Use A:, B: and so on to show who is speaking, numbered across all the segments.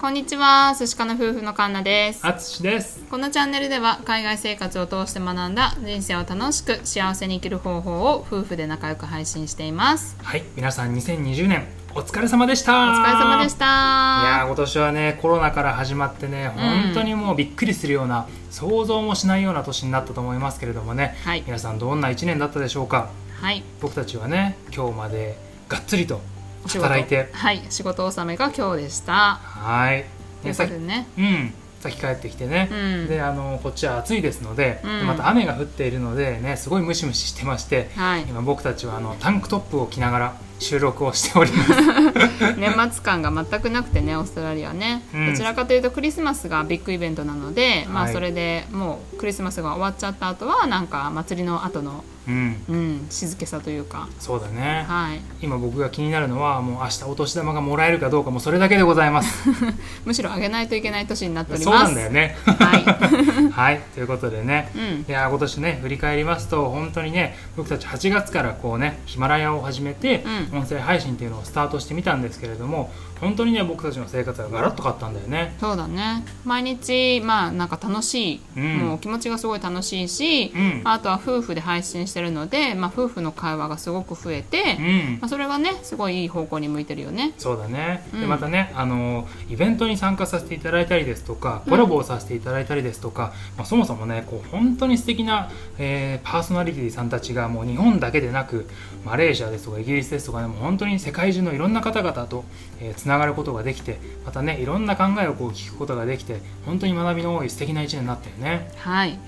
A: こんにちは寿司家の夫婦のカンナです
B: あつしです
A: このチャンネルでは海外生活を通して学んだ人生を楽しく幸せに生きる方法を夫婦で仲良く配信しています
B: はい皆さん2020年お疲れ様でし
A: お
B: た
A: 疲れ様でし
B: いやー
A: た
B: 今年はねコロナから始まってね本当にもうびっくりするような、想像もしないような年になったと思いますけれどもね、
A: はい
B: 皆さんどんな1年だったでしょうか
A: はい
B: 僕たちはね今日までがっつりと働いて
A: はい仕事納めが今日でした
B: は
A: と
B: い、
A: い
B: ね、
A: う
B: さ
A: こ
B: っ
A: と
B: き
A: でね
B: うん先帰ってきてね、
A: うん
B: であのこっちは暑いですので、
A: うん
B: また雨が降っているのでねすごいムシムシしてまして、
A: はい
B: 今僕たちはあのタンクトップを着ながら収録をしております
A: 年末感が全くなくてねオーストラリアね、
B: うん
A: どちらかというとクリスマスがビッグイベントなので、まあ
B: はい
A: それでもうクリスマスが終わっちゃった後はなんか祭りの後の
B: うん
A: うん静けさというか
B: そうだね、
A: はい
B: 今僕が気になるのはもう明日お年玉がもらえるかどうかもうそれだけでございます
A: むしろ上げないといけない年になっており
B: そう
A: ま
B: な
A: す
B: んだ よね
A: はい、
B: はいということでね、
A: うん
B: いやー今年ね振り返りますと本当にね僕たち8月からこうねヒマラヤを始めて、
A: うん
B: 音声配信っていうのをスタートしてみたんですけれども本当にね僕たちの生活がガラッと変わったんだよね
A: そうだね毎日まあなんか楽しい、
B: うん
A: もう気持ちがすごい楽しいし、
B: うん
A: あとは夫婦で配信してるので、まあ、夫婦の会話がすごく増えて、
B: うん
A: まあ、それがねすごいいい方向に向いてるよね
B: そうだね、
A: う
B: で
A: ん
B: またねあのーイベントに参加させていただいたりですとかコラボをさせていただいたりですとか、まあ、そもそもねこう本当に素敵な、えーパーソナリティさんたちがもう日本だけでなくマレーシアですとかイギリスですとかねもう本当に世界中のいろんな方々とえーつながることができてまたねいろんな考えをこう聞くことができて本当に学びの多い素敵な一年になったよね。
A: はい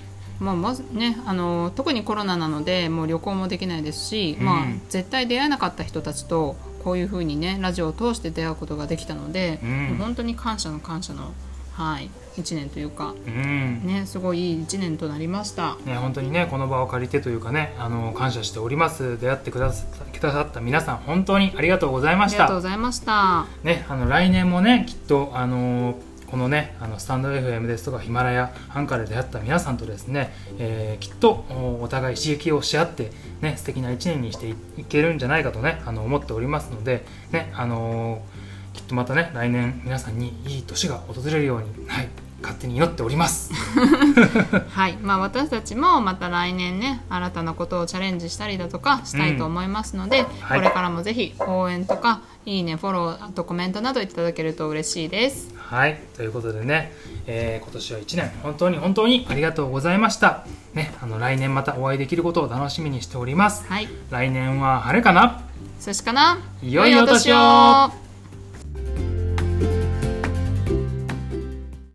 A: まあまずね、あの特にコロナなのでもう旅行もできないですし、
B: うん
A: まあ、絶対出会えなかった人たちとこういうふうにねラジオを通して出会うことができたので、
B: うん
A: もう本当に感謝の感謝の、はい、1年というか、
B: うん
A: ね、すごいいい1年となりました。
B: ね、本当にねこの場を借りてというかねあの感謝しております出会ってくださったくださった皆さん本当にありがとうございま
A: あ
B: し
A: りがとう
B: た
A: ございま した。
B: ね、あの来年もねきっと、あのーこのねあのスタンド FM ですとかヒマラヤアンカーで出会った皆さんとですね、えーきっとおお互い刺激をし合ってね素敵な一年にしていいけるんじゃないかとねあの思っておりますのでねあのーきっとまたね来年皆さんにいい年が訪れるようにはい勝手に祈っております。
A: はい、まあ私たちもまた来年ね新たなことをチャレンジしたりだとかしたいと思いますので、
B: はい
A: これからもぜひ応援とかいいねフォローあとコメントなどいただけると嬉しいです。
B: はい、ということでね、えー今年は1年本当に本当にありがとうございました。ね、あの来年またお会いできることを楽しみにしております。
A: はい、
B: 来年は晴れかな
A: そしかな
B: 良いお年を
A: 良いお年を